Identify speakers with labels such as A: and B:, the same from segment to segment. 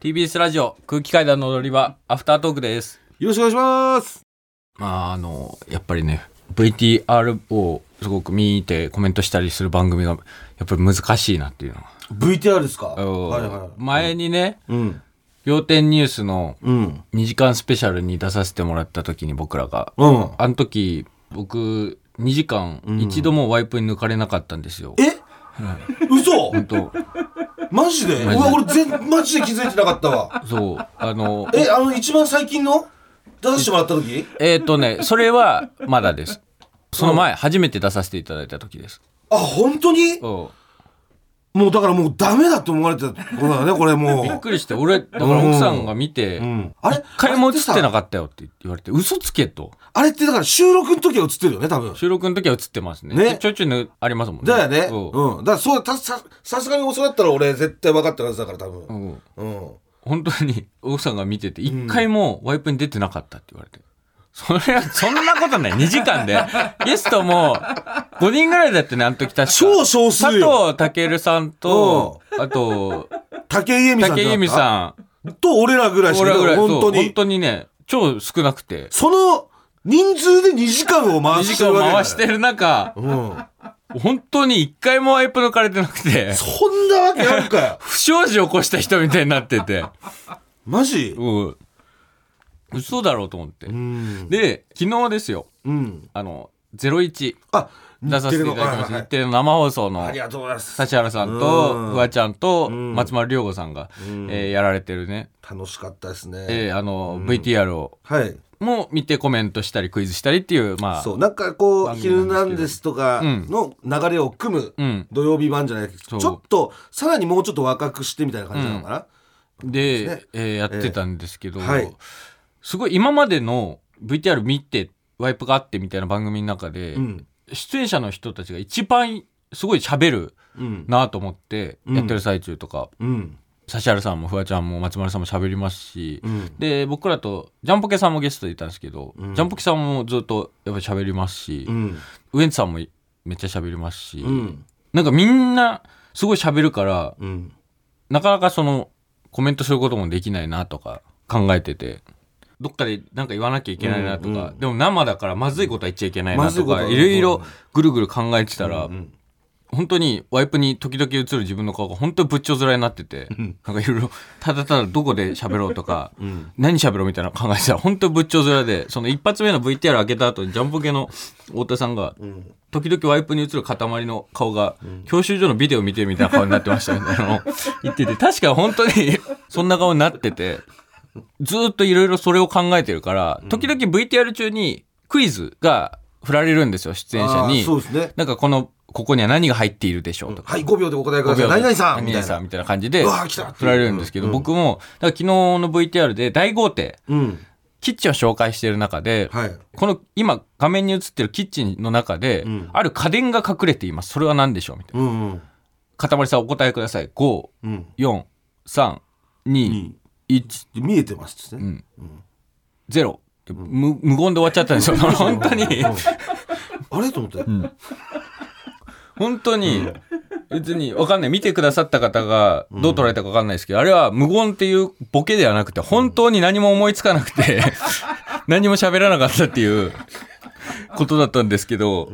A: TBS ラジオ空気階段の踊り場アフタートークです
B: よろしくお願いします
A: まああのやっぱりね VTR をすごく見てコメントしたりする番組がやっぱり難しいなっていうの
B: VTR ですか
A: が、
B: はいはい
A: 前にね、
B: うん
A: 仰天ニュースの
B: うん
A: 2時間スペシャルに出させてもらった時に僕らが
B: うん
A: あの時僕2時間一度もワイプに抜かれなかったんですよ、
B: え嘘
A: と
B: マジでう
A: マジで
B: わ俺全マジで気づいてなかったわ
A: そうあの
B: えあの一番最近の出させてもらった時
A: えっ、とねそれはまだですその前初めて出させていただいた時です
B: あ本当に
A: うん
B: もうだからもうダメだと思われてたことだねこれもう
A: びっくりして俺だから奥さんが見て「
B: うんあれ
A: 一回も映ってな
B: あれってさ
A: かったよ」って言われて「嘘つけ」と
B: あれってだから収録の時は映ってるよね多分
A: 収録の時は映ってますね
B: ね
A: ちょいちょいぬありますもんね
B: だよね
A: う
B: うんだからそうたささすがに遅かったら俺絶対分かってるはずだから多分
A: んうん
B: うん
A: 本当に奥さんが見てて一回もワイプに出てなかったって言われて。それは、そんなことない。2時 間で。ゲストも、5人ぐらいだってね、あの時確か。
B: 超少数よ
A: 佐藤健さんと、あと、
B: 竹井絵美さ
A: 竹井
B: んじゃなかった
A: 由美さん、
B: と俺らぐらいしか
A: 俺らぐらい、そう
B: 本当
A: 本
B: に
A: 当にね、超少なくて。
B: その人数で2時間を
A: 2
B: 回
A: 時
B: して
A: 間
B: るわけ
A: 回してる中、
B: うん、
A: 本当に一回もワイプ抜かれてなくて、
B: そんなわけあるか よ
A: 不祥事起こした人みたいになって て、
B: マジ
A: うん。嘘だろうと思って
B: う。ん
A: で、昨日ですよ。
B: うん
A: あの、01
B: あ
A: 出させていただきま
B: は
A: し
B: い
A: た。
B: はい
A: 日テレの生放送の
B: ありがとうございます
A: 指原さん
B: う
A: と、
B: ん
A: フワちゃんと、
B: ん
A: 松丸亮吾さんが、えーやられてるね、
B: 楽しかったですね、
A: えーあの、VTR を、
B: はい
A: も見てコメントしたり、クイズしたりっていう、まあ、
B: そうなんかこう「
A: 番
B: ヒ
A: 組
B: ル
A: な
B: ナ
A: んで
B: ンデス」とかの流れを組む
A: うん
B: 土曜日版じゃないけど、
A: う
B: ちょっとさらにもうちょっと若くしてみたいな感じなのかな、
A: で、
B: ですね
A: えーやってたんですけど、
B: ええはい
A: すごい今までの VTR 見てワイプがあってみたいな番組の中で、
B: うん
A: 出演者の人たちが一番すごい喋る
B: うん
A: なと思って
B: うん
A: やってる最中とか、
B: うん
A: 指原さんもフワちゃんも松丸さんも喋りますし、
B: うん
A: で僕らとジャンポケさんもゲストでいたんですけど、
B: うん
A: ジャンポケさんもずっとやっぱ喋りますし、
B: うん
A: ウエンツさんもめっちゃ喋りますし、
B: うん
A: なんかみんなすごい喋るから
B: うん
A: なかなかそのコメントすることもできないなとか考えててどっかで何か言わなきゃいけないなとか、
B: うん
A: でも生だからまずいことは言っちゃいけないな
B: まずい
A: と
B: こと
A: か、
B: はい
A: ろいろぐるぐる考えてたら、
B: うん
A: 本当にワイプに時々映る自分の顔が本当に仏頂面になってて、なんかいろいろただただどこで喋ろうとか、 何喋ろうみたいなの考えてたら本当に仏頂面でその一発目の VTR 開けた後にジャンポケの太田さんが
B: ん
A: 時々ワイプに映る塊の顔が教習所のビデオ見てるみたいな顔になってましたみ たいなのを言ってて確か本当にそんな顔になっててずーっといろいろそれを考えてるから時々 VTR 中にクイズが振られるんですよ出演者
B: あー
A: に。
B: そうですね
A: なんかこの、ここには何が入っているでしょうとか。
B: はい5秒でお答えください
A: 5秒
B: 何
A: で
B: 々さんみ
A: 何々
B: たいな
A: さんみたいな感じで、
B: うわー来たっていう
A: 振られるんですけど、僕も、だから昨日の VTR で大豪邸、
B: うん
A: キッチンを紹介している中で、
B: はい
A: この今画面に映ってるキッチンの中で、ある家電が隠れています。それは何でしょうみたいな。
B: うんうん
A: かたまりさんお答えください。5、
B: うん
A: 4、3、2、1、
B: で見えてますっつってね、
A: ゼロ。無無言で終わっちゃったんですよ。 本当に。
B: あれと思って、
A: 本当に、別に分かんない見てくださった方がどう捉えたか分かんないですけど、あれは無言っていうボケではなくて本当に何も思いつかなく て何も喋らなかったっていうことだったんですけど、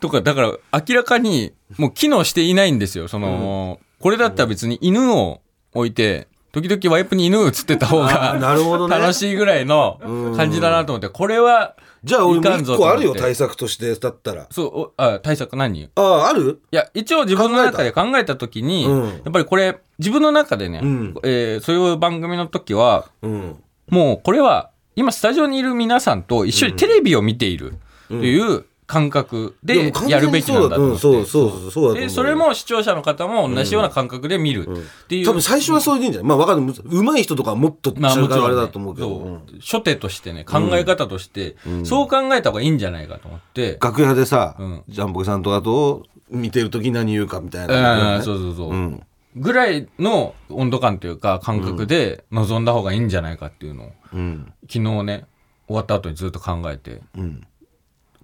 A: とかだから明らかにもう機能していないんですよその、これだったら別に犬を置いて時々ワイプに犬映ってた方
B: あーな
A: が
B: るほどね
A: 楽しいぐらいの感じだなと思ってこれは
B: じゃあ俺も
A: いかんぞ
B: 1
A: と
B: 個
A: 思っ
B: あ
A: て
B: るよ対策としてだったら
A: そうおあ対策何
B: ああある
A: いや、一応自分の中で考えたときに、
B: うん
A: やっぱりこれ、自分の中でね、
B: うん
A: えーそういう番組の時は、
B: うん
A: もうこれは、今スタジオにいる皆さんと一緒にテレビを見ているという感覚で
B: も完
A: や
B: 全に
A: るべきなんだと
B: う
A: 思
B: ん
A: って。
B: そうそうそうそうだと思う
A: で、それも視聴者の方も同じような感覚で見るっていう。
B: 多分最初はそういうんじゃないまあわかるうまい人とかはもっと違う
A: まあもち
B: からあれ
A: ろん
B: だ
A: ね
B: と思うけど、うん
A: そう初手としてね、考え方として、そう考えた方がいいんじゃないかと思って。
B: 楽屋でさ、
A: ん
B: ジャンポケさんとかと見てる時に何言うかみたいな、
A: うんそうそうそう。
B: ん
A: ぐらいの温度感というか感覚で臨んだ方がいいんじゃないかっていうのを、
B: うん
A: 昨日ね終わった後にずっと考えて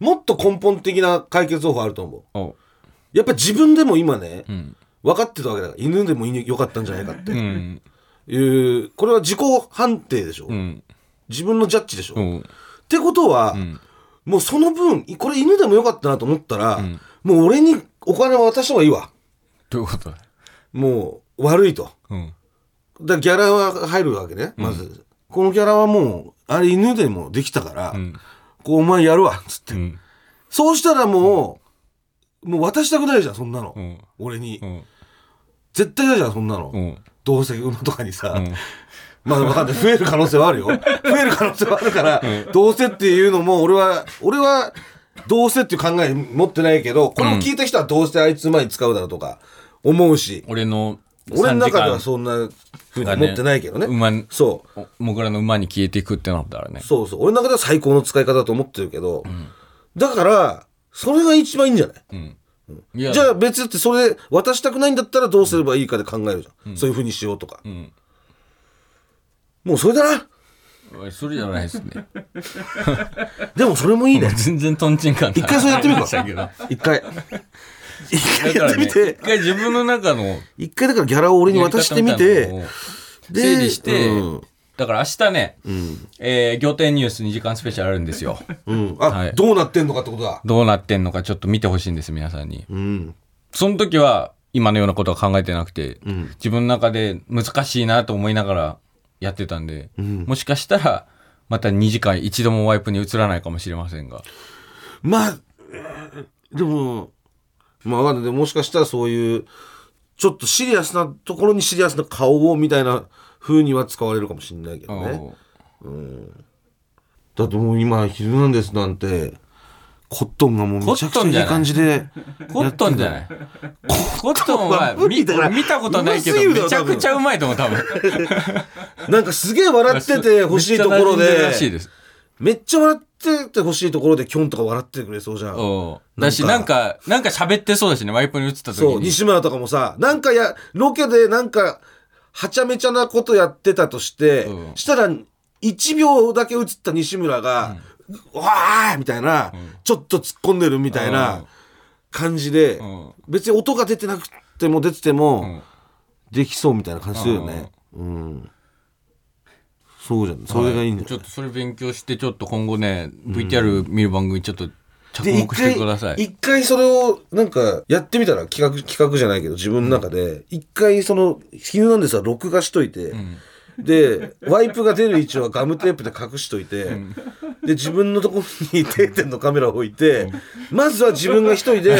B: もっと根本的な解決方法あると思う
A: お
B: やっぱ自分でも今ね、
A: うん
B: 分かってたわけだから犬でも犬よかったんじゃないかって、
A: うん
B: いう、これは自己判定でしょ、
A: うん。
B: 自分のジャッジでしょ、
A: う
B: っ
A: ん。
B: てことは、もうその分、これ犬でもよかったなと思ったら、もう俺にお金を渡した方がいいわ。
A: どういうことだ
B: もう悪いと。
A: うん。
B: だからギャラは入るわけね、まず。このギャラはもう、あれ犬でもできたから、こうお前やるわ、つって。
A: うん。
B: そうしたらもう、もう渡したくないじゃん、そんなの。
A: うん。
B: 俺に、
A: うん。
B: 絶対嫌じゃん、そんなの。
A: うん。
B: どうせ馬とかにさ、
A: ん
B: まあ分かんない。増える可能性はあ るよ。増える可能性はあるから、どうせっていうのも、俺は、俺は、どうせっていう考え持ってないけど、これを聞いた人はどうせあいつ前に使うだろうとか、思うし、
A: 俺の、
B: 俺の中ではそんなふうに
A: が
B: 思ってないけどね。
A: 馬、
B: そ
A: もぐらの馬に消えていくってなったらね
B: う。。そうそう。俺の中では最高の使い方だと思ってるけど、だから、それが一番いいんじゃない、
A: いや
B: じゃあ別だってそれ渡したくないんだったらどうすればいいかで考えるじゃん。そういうふうにしようとか。
A: ん
B: もうそれだな。
A: それじゃないですね。
B: でもそれもいいね。
A: 全然トンチン感ない
B: 一回それやってみるか
A: だからね
B: 一回。一回やってみ
A: 一
B: て、
A: 回自分の中の
B: 一回だからギャラを俺に
A: やり
B: 渡し
A: 方
B: て
A: み
B: み
A: たいな
B: て
A: のを、
B: で
A: 整理して
B: うん、
A: だから明日ね、えー仰天ニュース2時間スペシャルあるんですよ。
B: うんあ、
A: はい
B: どうなってんのかってことだ。
A: どうなってんのかちょっと見てほしいんです、皆さんに。
B: うん。
A: その時は今のようなことは考えてなくて、自分の中で難しいなと思いながらやってたんで、もしかしたらまた2時間一度もワイプに映らないかもしれませんが。
B: まあ、でも、まあわかんない。でももしかしたらそういう、ちょっとシリアスなところにシリアスな顔をみたいな風には使われるかもしれないけどね。だってもう今、ヒルナンデスなんて、コットンがもうめちゃくちゃいい感じで。
A: コットンじゃないコットンは
B: 無
A: 見
B: 理だから
A: 俺見たことないけ
B: うますぎ
A: ど、
B: るだろ
A: めちゃくちゃうまいと思う、多分。
B: なんかすげえ笑ってて欲しいところ
A: めっちゃ馴染んる
B: で
A: ら、しいです。
B: めっちゃ笑ってて欲しいところでキョンとか笑ってくれそうじゃん。
A: うん。だし、
B: な
A: なんんか、なんか喋ってそうだしね、ワイプに映った時
B: そう、
A: に。
B: 西村とかもさ、なんかや、ロケでなんか、はちゃめちゃなことやってたとして、
A: うん
B: したら、1秒だけ映った西村が、うわーみたいな、ちょっと突っ込んでるみたいうなん感じで、
A: ん
B: 別に音が出てなくても出てても、
A: ん
B: できそうみたいな感じするよね。うん。そうじゃん。それがいいんじゃ
A: ち
B: な
A: ょ
B: い
A: っとそれ勉強して、ちょっと今後ね、VTR 見る番組ちょっと着
B: で一
A: 目し
B: 回
A: てください。
B: 一回それをなんかやってみたら企画企画じゃないけど自分の中で一、回その「ヒルナンデス」は録画しといて、でワイプが出る位置はガムテープで隠しといて、で自分のところに定点のカメラを置いて、まずは自分が一人で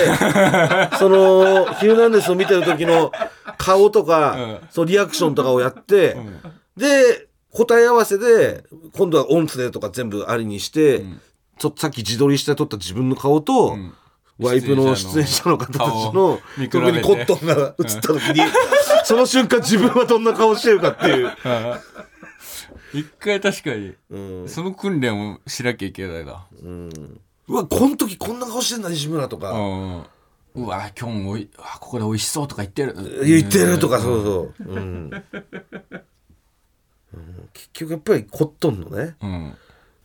B: その「ヒルナンデス」を見てる時の顔とか、そのリアクションとかをやって、で答え合わせで今度は音声とか全部ありにして、ちょっとさっき自撮りして撮った自分の顔と、ワイプの出演者の方たち
A: 顔
B: の
A: を見比べて
B: 特にコットンが映った時に、その瞬間自分はどんな顔してるかっていう、
A: 一回確かに、
B: うん
A: その訓練をしなきゃいけないな。
B: うわこの時こんな顔してんだ西村と
A: う
B: か、
A: ん。うわ、今日もおい、あここで美味しそうとか言ってる。
B: 言ってるとかそうそう、うんうん結局やっぱりコットンのね
A: うん。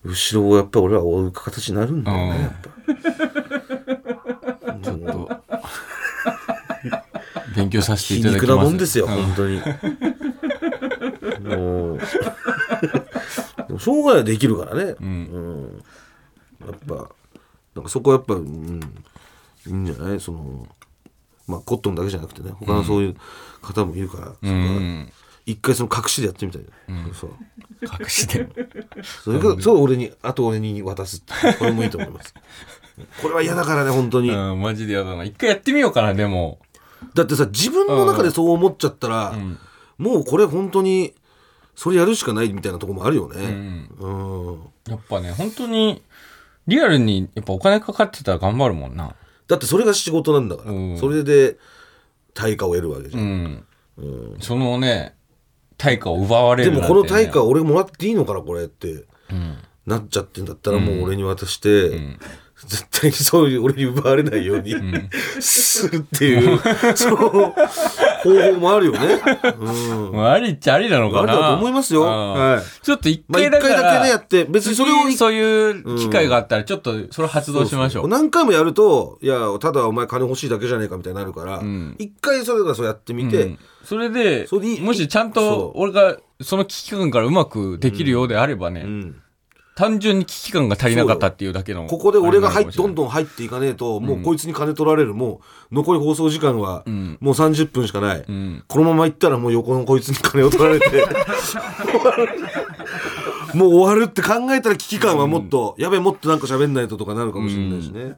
B: 後ろをやっぱり俺は追う形になるんだよね、
A: うん
B: やっぱ
A: ちょっと、勉強させてい
B: 皮
A: ただきます。
B: 肉なもんですよ、
A: うん
B: 本当に。もう、でもしょうがないできるからね。うんやっぱ、なんかそこはやっぱ、うん、いいんじゃないその、まあ、コットンだけじゃなくてね、他のそういう方もいるから、そこ
A: う
B: は
A: ん。
B: 一回その隠しでやってみたい。そう。
A: 隠 して。
B: それが、そう俺に、あと俺に渡すっていうこれもいいと思い ます。これは嫌だからね、本当に。
A: うん、マジでやだな。一回やってみようかな、でも。
B: だってさ自分の中でそう思っちゃったら、もうこれ本当にそれやるしかないみたいなとこもあるよねうん、
A: やっぱね、本当に、リアルに、やっぱお金かかってたら頑張るもんな。
B: だってそれが仕事なんだから、
A: うん
B: それで対価を得るわけじゃん、
A: うん。そのね、対価を奪われ
B: で
A: るなん
B: も
A: て
B: こ
A: ね、
B: の対価俺もらっていいのかなこれって
A: うん。
B: なっちゃってんだったらもう俺に渡して、絶対にそういう俺に奪われないように、するっていう、その方法もあるよね。うん。
A: もうありっちゃありなの
B: あ
A: か
B: る
A: な。
B: と思いますよ。
A: うん
B: はい。
A: ちょっと一
B: まあ、
A: 回
B: 一
A: だ
B: 回
A: から、
B: だけね、やって、別にそれを
A: 次そういう機会があったら、ちょっとそれ発動しましょう。
B: 何回もやると、いや、ただお前金欲しいだけじゃねえかみたいになるから、
A: ん
B: 一回それがそうやってみ
A: う
B: て
A: ん、それで
B: それで
A: もしちゃんと
B: そう
A: 俺がその危機感からうまくできるようであればね、
B: うん
A: 単純に危機感が足りなかったっていうだけの
B: ここで俺が入っどん
A: どん
B: どん入っていかねえと、もうこいつに金取られる、もう残り放送時間はもう30分しかない。
A: ん
B: このまま行ったらもう横のこいつに金を取られて、 終わるもう終わるって考えたら危機感はもっと、やべえ、もっとなんか喋んないととかなるかもしれないしね。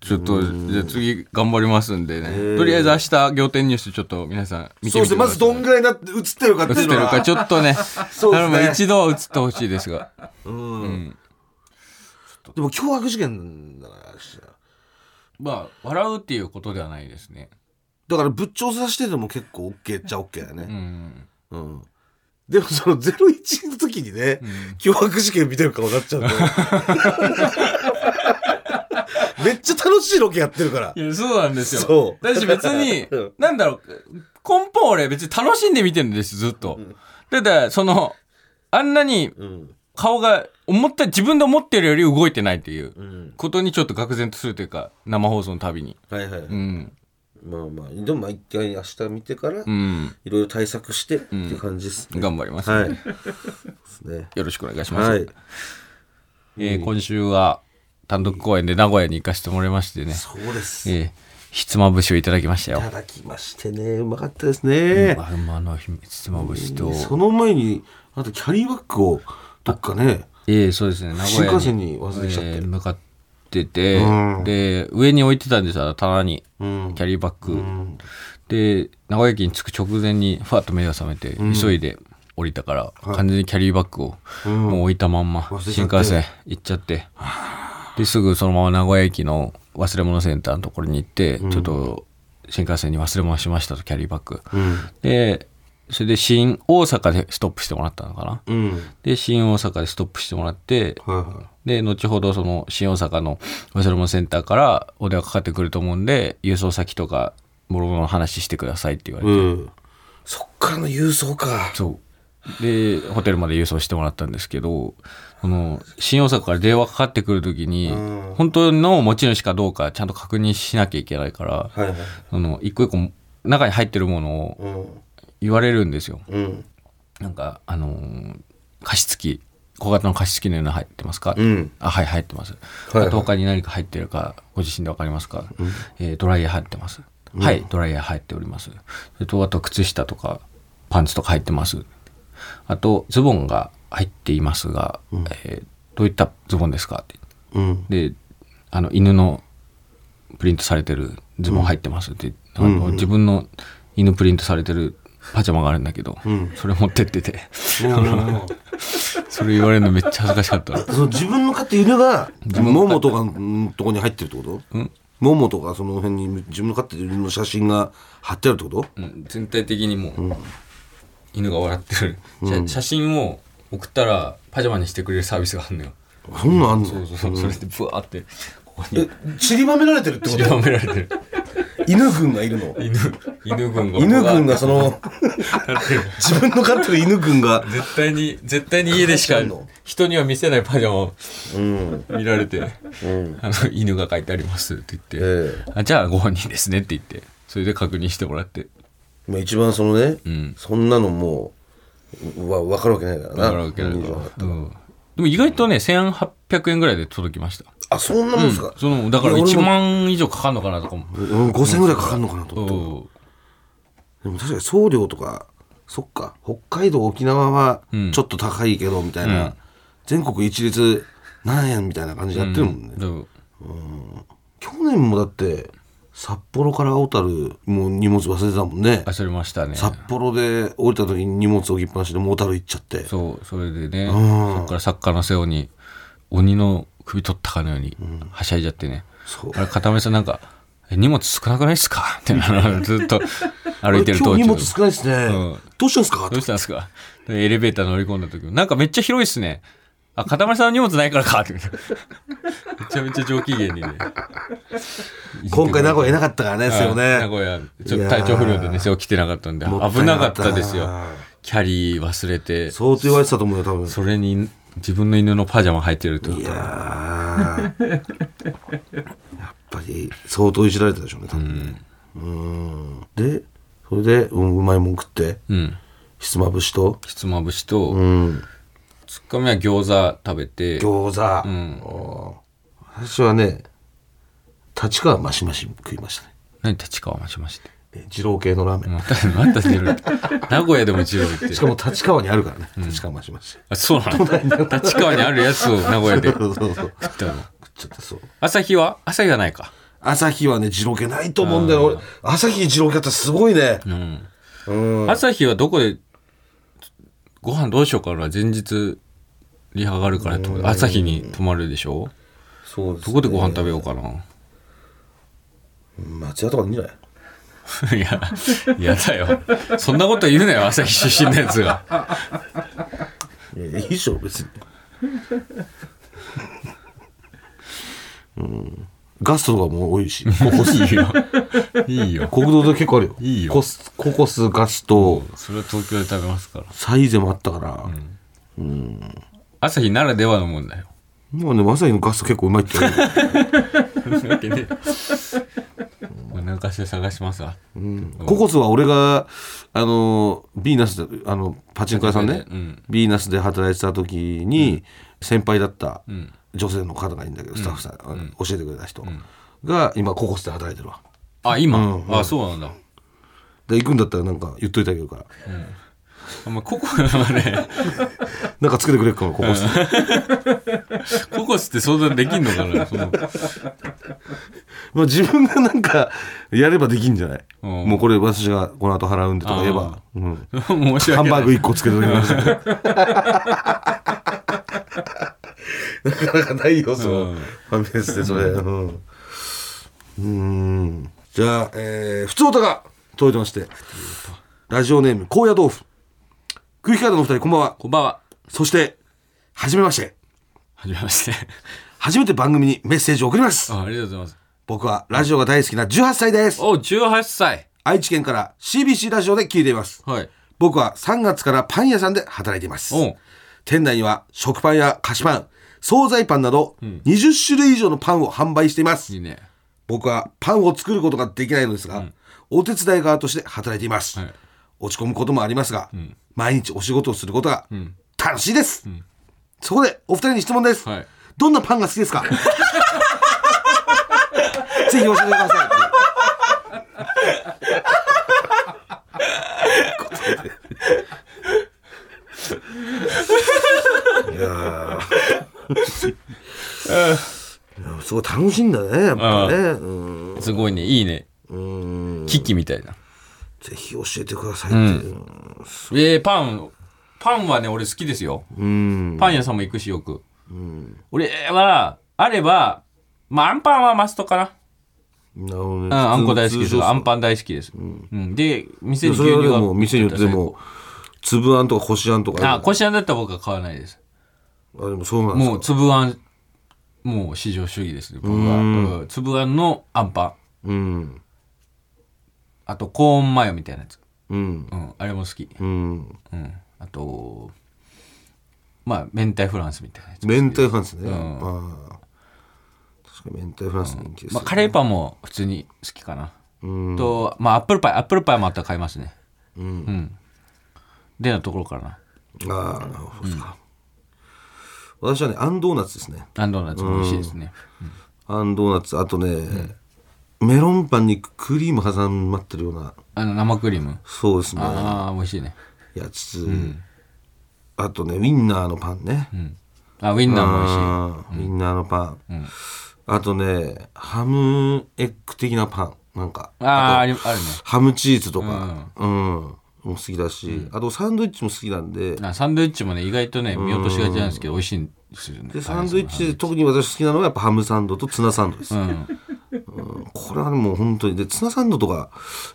A: ちょっとじゃあ次頑張りますんでね、
B: ー
A: とりあえず明日仰天ニュースちょっと皆さん見て
B: そう
A: みてく
B: ですね、
A: だ
B: ま
A: さい
B: ずどんぐらいなって映ってるかってい
A: 映っ
B: う
A: て
B: の
A: るか
B: は
A: ち。ょっとね
B: そうですね
A: あの一度は映ってほしいですが
B: うんでも凶悪事件だから
A: まあ笑うっていうことではないですね
B: だからぶっちょうさしてでも結構 OK っちゃ OK だよね。
A: うん
B: うんでもその01の時にね、脅迫事件見てる顔になっちゃ うんだよめっちゃ楽しいロケやってるから
A: い。やそうなんですよ
B: そう
A: だし別に
B: うん
A: なんだろう根本俺別に楽しんで見てるんですずっと、ただそのあんなに
B: うん。
A: 顔が思った自分で思ってるより動いてないっていう
B: うん。
A: ことにちょっと愕然とするというか生放送のたびに
B: はいはい。
A: うん
B: まあまあ、でもまあ一回明日見てから、
A: うん
B: いろいろ対策してっていう感じですね。
A: 頑張ります、
B: はい。ですね。
A: よろしくお願いします、
B: はい。
A: えー今週は単独公演で名古屋に行かせてもらいましてね、
B: そうです。い
A: えー、ひつまぶしをいただきましたよ
B: ただきましてね、うまかったですね。
A: アルマのひつまぶしと、
B: その前に、あとキャリーバッグをどっかね、
A: えーそうですね名
B: 新
A: 古屋に
B: 幹線に忘れちゃって
A: えー
B: る。
A: 向かってて、
B: うん
A: で上に置いてたんですよあの棚に
B: うん
A: キ。ャリーバッグ、
B: うん
A: で名古屋駅に着く直前にファッと目が覚めて、急いで降りたから、完全にキャリーバッグを
B: うん
A: もう置いたまんま、
B: 忘れちゃって
A: 新幹線行っちゃってですぐそのまま名古屋駅の忘れ物センターのところに行って、ちょっと新幹線に忘れ物しましたとキャリーバッグ
B: うん。
A: でそれで新大阪でストップしてもらったのかな
B: うん。
A: で新大阪でストップしてもらって
B: はいはい。
A: で後ほどその新大阪の忘れ物センターからお電話かかってくると思うんで郵送先とかもろもろの話してくださいって言われて、
B: うん。そっからの郵送か。
A: そうでホテルまで郵送してもらったんですけどその新大阪から電話かかってくる時に、
B: うん
A: 本当の持ち主かどうかちゃんと確認しなきゃいけないから、
B: はいはい。
A: その一個一個中に入ってるものを
B: うん。
A: 言われるんですよ。
B: うん。
A: なんかあのー加湿器小型の加湿器のようなの入ってますか、
B: うん
A: あはい入ってます、
B: いはい
A: あと他に何か入ってるかご自身で分かりますか、えードライヤー入ってます、はいドライヤー入っておりますそれとあと靴下とかパンツとか入ってますあとズボンが入っていますが、えーどういったズボンですかって
B: うん。
A: であの犬のプリントされてるズボン入ってますって、あの自分の犬プリントされてるパジャマがあるんだけど、
B: ん
A: それ持ってってて
B: うん
A: それ言われるのめっちゃ恥ずかしかった
B: その自分の飼ってる犬が、モモとかのとこに入ってるってこと
A: うん
B: モモとかその辺に自分の飼ってる犬の写真が貼ってあるってこと
A: うん全体的にもう、犬が笑ってる、じゃ写真を送ったらパジャマにしてくれるサービスがあるのよ
B: そんなんあん
A: そう
B: の
A: そうそうそれでブワーってここに
B: え、散りばめられてるってこ
A: 散り
B: と
A: ばめられてる
B: 犬軍がいるの
A: 犬犬軍が
B: 犬軍がそ
A: ブワー
B: の、
A: って立ってる
B: 自分の飼ってる犬軍が、
A: 絶対に絶対に家でしか人には見せないパジャマを
B: うん。
A: 見られて
B: うん。
A: あの犬が書いてありますって言って、
B: ええ
A: あじゃあご本人ですねって言ってそれで確認してもらって
B: まあ一番そのね、
A: ん
B: そんなのもう、わ、わかるわけないからな。
A: だから受けられた、うん、でも意外とね1800円ぐらいで届きました
B: あ、そんなもんですか、
A: そのだから
B: いや俺
A: 1
B: も
A: 万以上かかるのかなとかも
B: うん、5000ぐらいかかるのかなと思って
A: そ
B: でも確かに送料とかそっか北海道沖縄は
A: うん
B: ちょっと高いけどみたいな、
A: うん
B: 全国一律何円みたいな感じでやってるもんね、
A: ううん
B: 去年もだって札幌から小樽もう荷物忘れてたもんね
A: あそれましたね
B: 札幌で降りた時に荷物置きっぱなしでもう小樽行っちゃって
A: そうそれでね
B: ん
A: そっからサッカーの背負いに鬼の首取ったかのようにはしゃいじゃってね、
B: そう
A: あれ片目さんなんか「え荷物少なくないっすか?」ってなずっと歩いてる
B: 今
A: 道
B: 日荷
A: 中
B: 物少ないですね、
A: うん
B: どうしたんですか
A: どうしたんですかでエレベーター乗り込んだ時もなんかめっちゃ広いっすね。あ、かたまりさんの荷物ないからかって。めちゃめちゃ上機嫌にね。
B: 今回名古屋いなかったからね、ですよ
A: はい名
B: ね。
A: 古屋、ちょっと体調不良でね、今日来てなかったんで、
B: もったいなかっ
A: 危
B: た
A: なかったですよ。キャリー忘れて、そ
B: 相当言われてたと思うよ、多分。
A: れに自分の犬のパジャマ履いてるってこ
B: い
A: と。
B: やーやっぱり相当いじられてたでしょうね多分ねうんでそれで、うん、うまいもん食って
A: うん。
B: ひつまぶしと、
A: ひつまぶしと、
B: うん、
A: ツッコミは餃子食べて、
B: 餃子、
A: ん
B: おー私はね立川マシマシ食いましたね
A: 何立川ましまして。
B: え二郎系のラーメン、
A: また、また出る。名古屋でも一郎行ってる
B: しかも立川にあるからね、立川マシマシ
A: あ、そうなの立川にあるやつを名古屋で食
B: そうそうそう食っ
A: ったの。
B: ちゃってそう
A: 朝日は朝日はないか。
B: 朝日はね二郎系ないと思うんだよ俺朝日二郎系だったらすごいね
A: うん。
B: うん
A: 朝日はどこで、ご飯どうしようかな。前日、リハがあるからと、朝日に泊まるでしょ
B: そうです
A: ど
B: ね
A: こでご飯食べようかな。
B: 松屋とかでいいんじゃない
A: いや、やだよ。そんなこと言うなよ、朝日出身のやつが。
B: いやいやいいでしょ別にうんガストとかも多いしココス
A: いいよ。いいよ。
B: 国道で結構あるよ
A: いいよ
B: コスココスガスト
A: それは東京で食べますから。
B: サイゼもあったから、
A: 朝日ならではの問題よ。
B: もうねまさにのガスト結構うまいって言われ る
A: わけねえ。何かしら探しますわ。
B: ココスは俺があのビーナスであのパチンコ屋さんね、
A: うん
B: ビーナスで働いてた時に先輩だった
A: ん
B: 女性の方がいるんだけど、スタッフさん、あの教えてくれた人が今ココスで働いてるわ
A: あ、今、あ、そうなんだ。
B: で行くんだったらなんか言っといてあげるから
A: あんまココはね、
B: なんかつけてくれるかも、ここ。
A: ココスって相談できんのかなその
B: まあ自分がなんか、やればできんじゃない
A: うん
B: もうこれ私がこの後払うんでとか言えば、うん
A: 申し
B: ハン
A: 訳な
B: バ
A: い
B: ー。グ1個つけてくれます。 なかなかないよ、そ
A: うん
B: のファミレスでそれ。うん。うーん。じゃあ、えー、普通歌が届いてまして。ラジオネーム、高野豆腐。空気カードのお二人、こんばんは。
A: こんばんは。
B: そして、はじめまして。
A: はじめまして。
B: 初めて番組にメッセージを送ります。
A: あありがとうございます。
B: 僕はラジオが大好きな18歳です。
A: お、18歳。
B: 愛知県から CBC ラジオで聞いています。
A: はい。
B: 僕は3月からパン屋さんで働いています。
A: お
B: 店内には食パンや菓子パン、惣菜パンなど20種類以上のパンを販売しています。
A: いいね。
B: 僕はパンを作ることができないのですが、お手伝い側として働いています。
A: はい
B: 落ち込むこともありますが、毎日お仕事をすることが
A: ん
B: 楽しいです。そこでお二人に質問です。
A: はい
B: どんなパンが好きですか ぜひ教えてください。すごい楽しいんだね、やっぱね。うん。
A: すごいね。いいね。
B: うん。
A: キキみたいな。
B: ぜひ教えてくださいっていう。
A: えー、パン、パンはね、俺好きですよ。
B: うん。
A: パン屋さんも行くし、よく。俺は、あれば、まあ、アンパンはマストかな。
B: なるほどね。
A: うん、あんこ大好きで
B: 通
A: す
B: 常。
A: アンパン大好きです。うん。で、店に牛
B: それ
A: 乳
B: は
A: が。
B: でも、店によっても、粒あんとかこしあんとかあ
A: あ、
B: るか
A: こしあんだったら僕は買わないです。
B: ら。あ、でもそうなんです
A: もう、
B: か。
A: つぶあん、もう、至上主義ですね、僕は。うんつぶあんのあんパン。
B: うん。
A: あと、コーンマヨみたいなやつ。
B: うん。
A: うん、あれも好き。
B: うん。
A: うん。あと、まあ、明太フランスみたいなやつ。
B: 明太フランスね。ああ。確かに明太フランス人気です
A: ま
B: よ
A: あ、。カレーパンも普通に好きかな。と、まあ、アップルパイ、アップルパイもあったら買いますね。うん。でのところからな。
B: ああ、なるほどそうか。私はね、あんドーナツですね。
A: アンドーナツも美味しいですね。
B: あんドーナツ。あとね、メロンパンにクリーム挟まってるような、
A: あの、生クリーム。
B: そうですね。
A: ああ、美味しいね。
B: やつ、あとねウィンナーのパンね、
A: あ、ウィンナーも美味しい。
B: あーウィンナーのパン、あとねハムエッグ的なパンなんか
A: ああ、ありあるね。
B: ハムチーズとかうん、も好きだし、あとサンドイッチも好きなんで
A: なサンドイッチもね意外とね見落としがちなんですけど美味しいんですよね
B: でサンドイッチで特に私好きなのはやっぱハムサンドとツナサンドです、
A: うん
B: これはもう本当にでツナサンドとか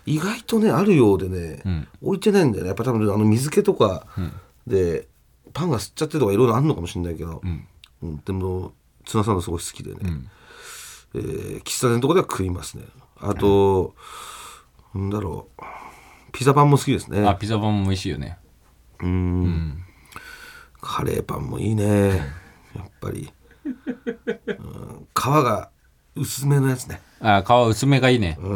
B: 意外とねあるようでね、置いてないんだよねやっぱ多分あの水気とかで、パンが吸っちゃってとかいろいろあるのかもしれないけど、
A: ん
B: うんでも津田さんのすごい好きでね、
A: ん
B: えー喫茶店とかでは食いますねあと、なんだろうピザパンも好きですね
A: あ、ピザパンも美味しいよね。
B: うんカレーパンもいいねやっぱり、うん、皮が薄めのやつね
A: あ、皮薄めがいいね。
B: う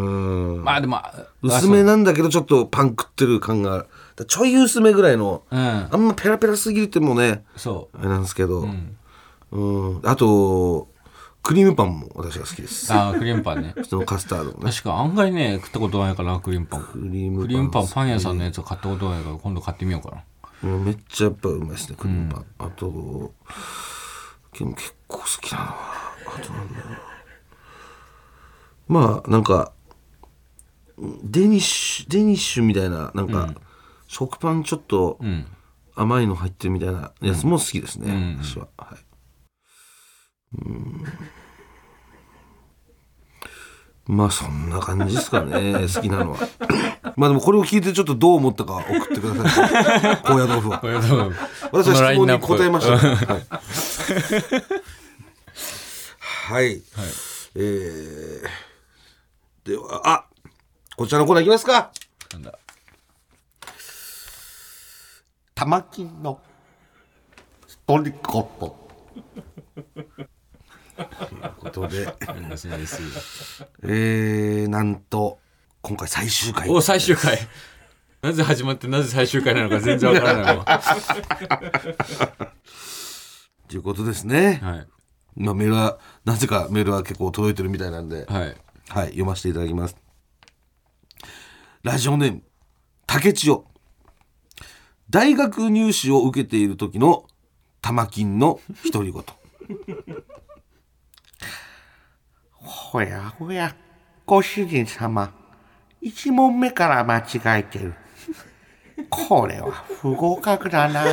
B: ん
A: まあでも、あ
B: 薄めなんだけどちょっとパン食ってる感がだからちょい薄めぐらいの
A: うん。
B: あんまペラペラすぎてもね
A: そ
B: あれなんですけど、うん、あとクリームパンも私が好きです
A: う。あ、クリームパ ンね。
B: 普通のカスタードのね
A: 確か案外ね、食ったことないから、クリームパン。
B: クリームパン
A: クリームパン、パン屋さんのやつを買ったことないから、今度買ってみようかな。
B: うんめっちゃやっぱうまいですねクリームパン、あとでも結構好きだなあとなんだろうまあなんかデニッシュデニッシュみたいななんか、食パンちょっと
A: うん。
B: 甘いの入ってるみたいなやつも好きですね、私ははいうんまあそんな感じですかね 好きなのはまあでもこれを聞いてちょっとどう思ったか送ってください高野豆腐は
A: これどう
B: 私は質問に答えました
A: このラインナップ
B: ね、はい。はい。えーでは、あこちらのコーナーいきますか。
A: なんだ。
C: 玉金の独り言。
B: ということで、
A: です
B: えー、なんと、今回最終回。
A: お、最終回。なぜ始まって、なぜ最終回なのか全然わからない わ。
B: ということですね。
A: はい。
B: まあメールは、なぜかメールは結構届いてるみたいなんで、
A: はい。
B: はい、読ませていただきます。ラジオネーム、竹千代。大学入試を受けている時の玉金の独り言。
C: ほやほや、ご主人様、一問目から間違えてる。これは不合格だな。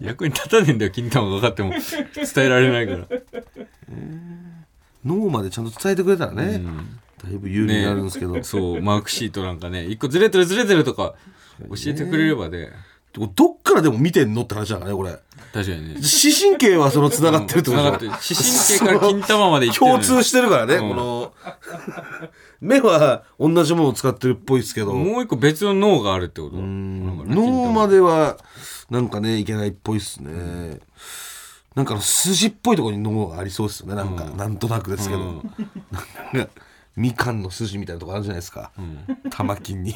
A: 役に立たねえんだよ、金玉が分かっても。伝えられないから。
B: 脳までちゃんと伝えてくれたらね、だいぶ有利になるんですけど、
A: そう、マークシートなんかね、一個ずれてるずれてるとか、教えてくれればね。
B: どっからでも見てんのって話だからねこれ
A: 確かにね。
B: 視神経はその繋がってるってこと
A: 繋
B: で
A: がっ
B: してょ
A: る。視神経から金玉までいってるの
B: 共
A: よ。
B: 通してるからね、この 目は同じものを使ってるっぽいですけど
A: もう一個別の脳があるってこと
B: 脳まではなんかねいけないっぽいっすね、なんかあの筋っぽいところに脳がありそうですよねなんか、なんとなくですけど、なんかみかんの筋みたいなとこあるじゃないですか、玉金に、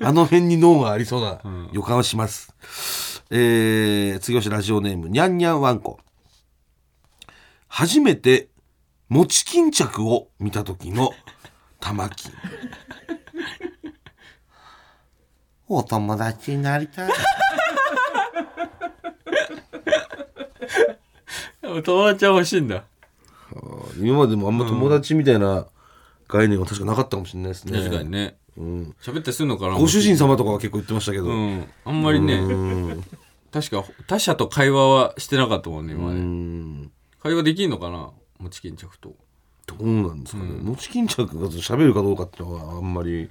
B: あの辺に脳がありそうな予感はします、えー、次はラジオネームにゃんにゃんわんこ初めて餅巾着を見た時の玉金
C: お友達になりたい。
A: 友達は欲しいんだ。
B: 今までもあんま友達みたいな概念は確かなかったかもしれないですね。
A: 確かにね。
B: うん、
A: 喋ったりするのかな
B: ご主人様とかは結構言ってましたけど、
A: うん。あんまりね、
B: うん
A: 確か他者と会話はしてなかったもんね、今ま
B: う
A: で。
B: ん
A: 会話できんのかなもち巾着と。
B: どうなんですかね。もち巾着が喋るかどうかっていうのはあんまり、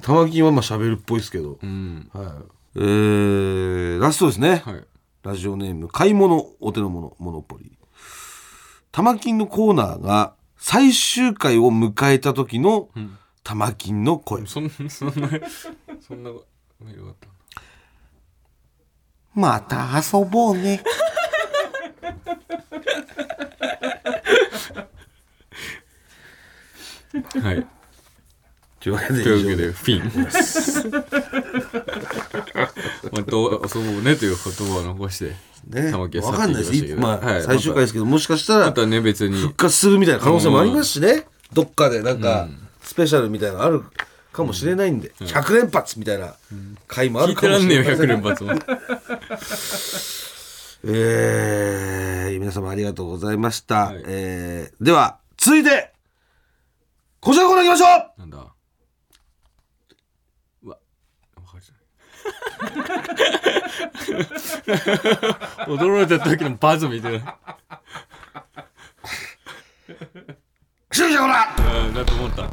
B: 玉金はまあ喋るっぽいですけど、
A: うん。
B: はい。えー、ラストですね。
A: はい。
B: ラジオネーム買い物お手の物モノポリー。玉金のコーナーが最終回を迎えた時の玉金の声。
A: そんな、そんな、そんなメールがあった。
C: また遊ぼうね。
A: はい。
B: というわけで
A: というわけ
B: 以上
A: で、フィン。 まと、そうねという言葉を残して。
B: ね、
A: 玉
B: わ
A: 木は
B: かんない
A: 去
B: で
A: っ
B: す。
A: ていき
B: い
A: ましたけ
B: ま
A: どは
B: あ、
A: い
B: 最終回ですけど、もしかしたら
A: あとは
B: 復
A: ね、別に。
B: 活するみたいな可能性もありますしね。どっかでなんか、スペシャルみたいなのあるかもしれないんで、100連発みたいな回もあ
A: 聞いて
B: るかも
A: らん
B: し
A: ねえ
B: れ
A: よ、
B: ない。
A: 100連発も。
B: えー、皆様ありがとうございました。
A: はい
B: えー、では、続いて、こちらのコーナー行きましょう
A: なんだうわ、わかるじゃない。驚いた時のバズみたいな。
B: 終了コーナー
A: うん、だと思った。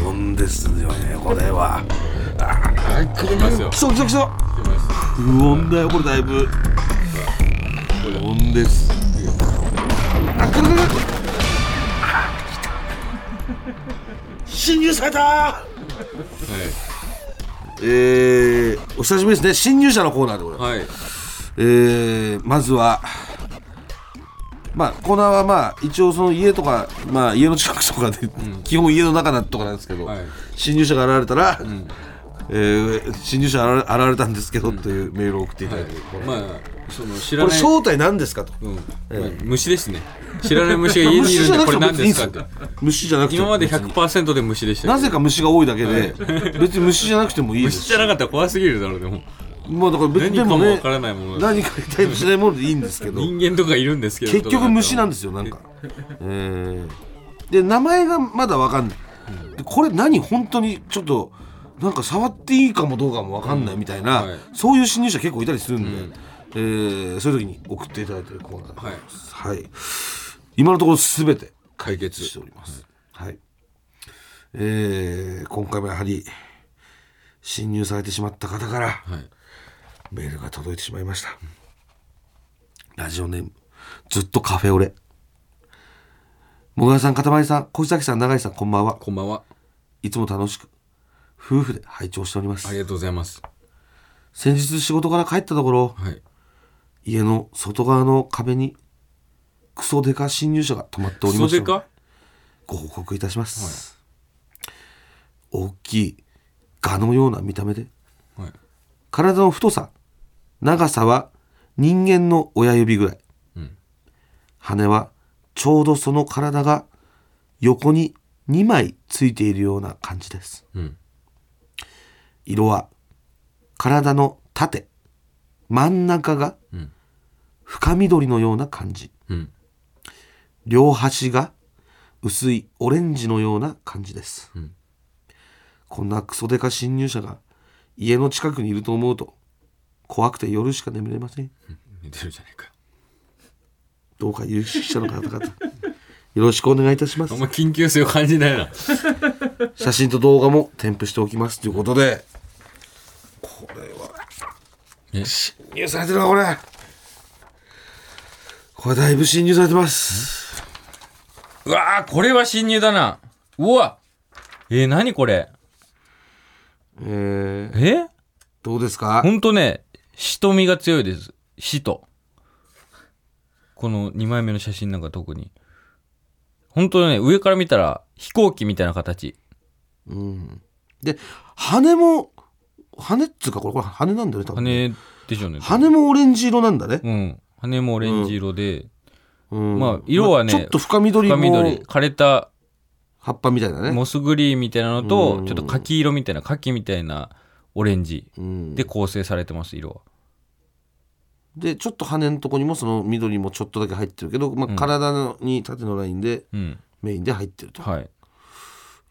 B: 無音ですよねこれはい来る
A: ますよ
B: 来そう来そう来そう不穏だよこれだいぶ不穏ですあ来る来る来るあ来た侵入されたえー、お久しぶりですね侵入者のコーナーでございます
A: はいはい
B: えーまずは、まあ、コーナーはまあ一応その家とか、まあ、家の近くとかで、基本家の中だとかなんですけど、
A: はい
B: 侵入者が現れたら、えー侵入者が現れ現れたんですけどというメールを送っていただいて、これ
A: まあその知ら
B: これ
A: ない
B: 正体何ですかと。
A: うんまあ虫ですね知らない虫が家にいるんでこれ何です かって
B: 虫じゃなくても
A: 今まで
B: 別に
A: 100%で虫でしたけど
B: なぜか虫が多いだけで、別に虫じゃなくてもいいで
A: 虫
B: す
A: じゃなかったら怖すぎるだろうでも
B: まあだから別
A: 何
B: にで
A: か
B: も
A: もわ
B: ね
A: からないものだ
B: 何かに対応しないものでいいんですけど
A: 人間とかいるんですけど
B: 結局虫なん
A: で
B: ですよなんか、えーで名前がまだわかんないでこれ何本当にちょっとなんか触っていいかもどうかもわかんないみたいな、
A: うんはい
B: そういう侵入者結構いたりするんで、えーそういう時に送っていただいてるコーナーでございます、はい今のところ全て解決しております、はいえー今回もやはり侵入されてしまった方から、
A: はい
B: メールが届いてしまいました。ラジオネーム、ずっとカフェオレ。もぐらさん、かたまりさん、小崎さん、永井さん、こんばんは。
A: こんばんはい
B: つも楽しく、夫婦で拝聴しております
A: あ。りがとうございます
B: 先日仕事から帰ったところ、
A: はい
B: 家の外側の壁に、クソデカ侵入者が止まっておりま
A: そ
B: し
A: で
B: たので。
A: か
B: ご報告いたします。大きい、蛾のような見た目で、
A: はい
B: 体の太さ長さは人間の親指ぐらい、
A: うん
B: 羽はちょうどその体が横に2枚ついているような感じです
A: うん
B: 色は体の縦真ん中が
A: うん
B: 深緑のような感じ
A: うん
B: 両端が薄いオレンジのような感じです、
A: うん
B: こんなクソデカ侵入者が家の近くにいると思うと怖くて夜しか眠れません
A: 寝てるじゃないか
B: どうか有識者の方々、よ ろしくお願いいたします
A: あん。ま緊急性を感じないな
B: 写真と動画も添付しておきますということで、これは、
A: え
B: 侵入されてるわ、これ。これだいぶ侵入されてます。
A: うわーこれは侵入だなうわえー、何これ
B: えー、
A: え
B: どうですか
A: ほんとね瞳が強いです死とこの2枚目の写真なんか特にほんとね上から見たら飛行機みたいな形
B: うん。で、羽も、羽っつうか、これ、これ羽なんだよね、多分。
A: 羽でしょうね
B: 羽もオレンジ色なんだね。
A: うん羽もオレンジ色で、
B: うん
A: まあ色はね
B: まあちょっと深緑
A: 深
B: の
A: 緑枯れた
B: 葉っぱみたいなね。
A: モスグリーンみたいなのと
B: うん
A: ちょっと柿色みたいな柿みたいなオレンジ
B: うん
A: で構成されてます色は
B: でちょっと羽のとこにもその緑もちょっとだけ入ってるけど、まあ、体のに縦のラインで、
A: うん
B: メインで入ってると
A: はい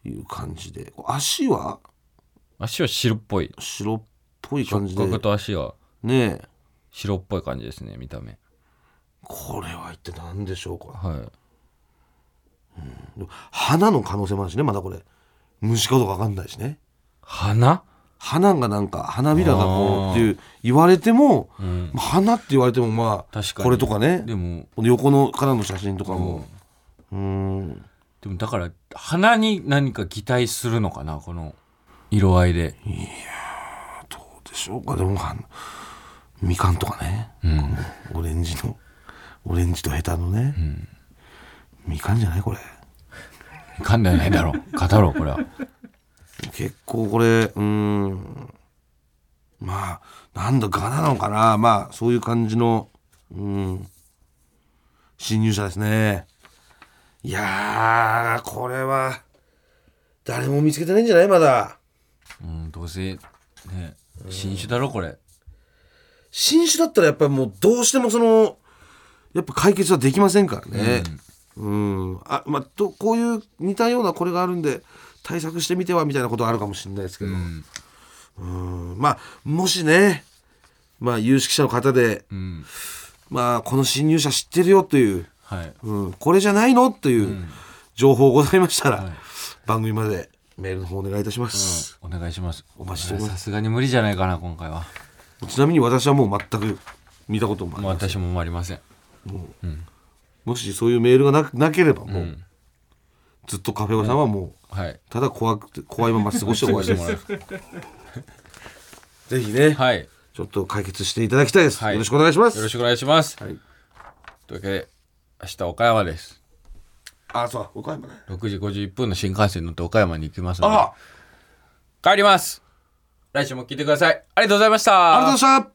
B: いう感じで足は
A: 足は白っぽい
B: 白っぽい感じで
A: 触覚と足は
B: ねえ
A: 白っぽい感じですね見た目
B: これは一体何でしょうか
A: はい
B: 花の可能性もあるしねまだこれ虫かどうか分かんないしね
A: 花
B: 花がなんか花びらがこう
A: あー
B: っていう言われても、
A: うん
B: まあ花って言われてもまあ
A: 確かに
B: これとかね
A: でも
B: この横のからの写真とか
A: うん
B: もうん
A: でもだから花に何か擬態するのかなこの色合いで
B: どうでしょうかでもはみかんとかね、オレンジのオレンジとヘタのね、みかんじゃないこれ
A: 噛んではないだろう語ろうこれは
B: 結構これうーんまあなんだガなのかなまあそういう感じのうん侵入者ですねいやーこれは誰も見つけてないんじゃないまだ
A: うんどうせね新種だろこれ
B: 新種だったらやっぱりもうどうしてもそのやっぱ解決はできませんからねうん、あまあとこういう似たようなこれがあるんで対策してみてはみたいなことはあるかもしれないですけど、
A: うん
B: うんまあもしねまあ有識者の方で、
A: うん
B: まあこの侵入者知ってるよという、
A: はい
B: うん、これじゃないのという情報ございましたら、
A: はい
B: 番組までメールの方お願いいたします、
A: お願いしますお
B: 待ちしてます
A: さすがに無理じゃないかな今回は
B: ちなみに私はもう全く見たこともあり
A: もう
B: ません
A: 私ももうありません
B: もしそういうメールがななければもう、ずっとカフェオさんはもう、
A: はい
B: ただ怖くて怖いまま過ごして終わりです ぜひね、
A: はいよ
B: ちょっと解決していただきたいです、
A: はい
B: よろしくお願いします
A: ろしくお願いします、
B: はい
A: というわけで明日岡山です
B: あそう岡山ね
A: 6時51分の新幹線に乗って岡山に行きますので
B: あ
A: 帰ります来週も聞いてくださいありがとうございました
B: ありがとうございました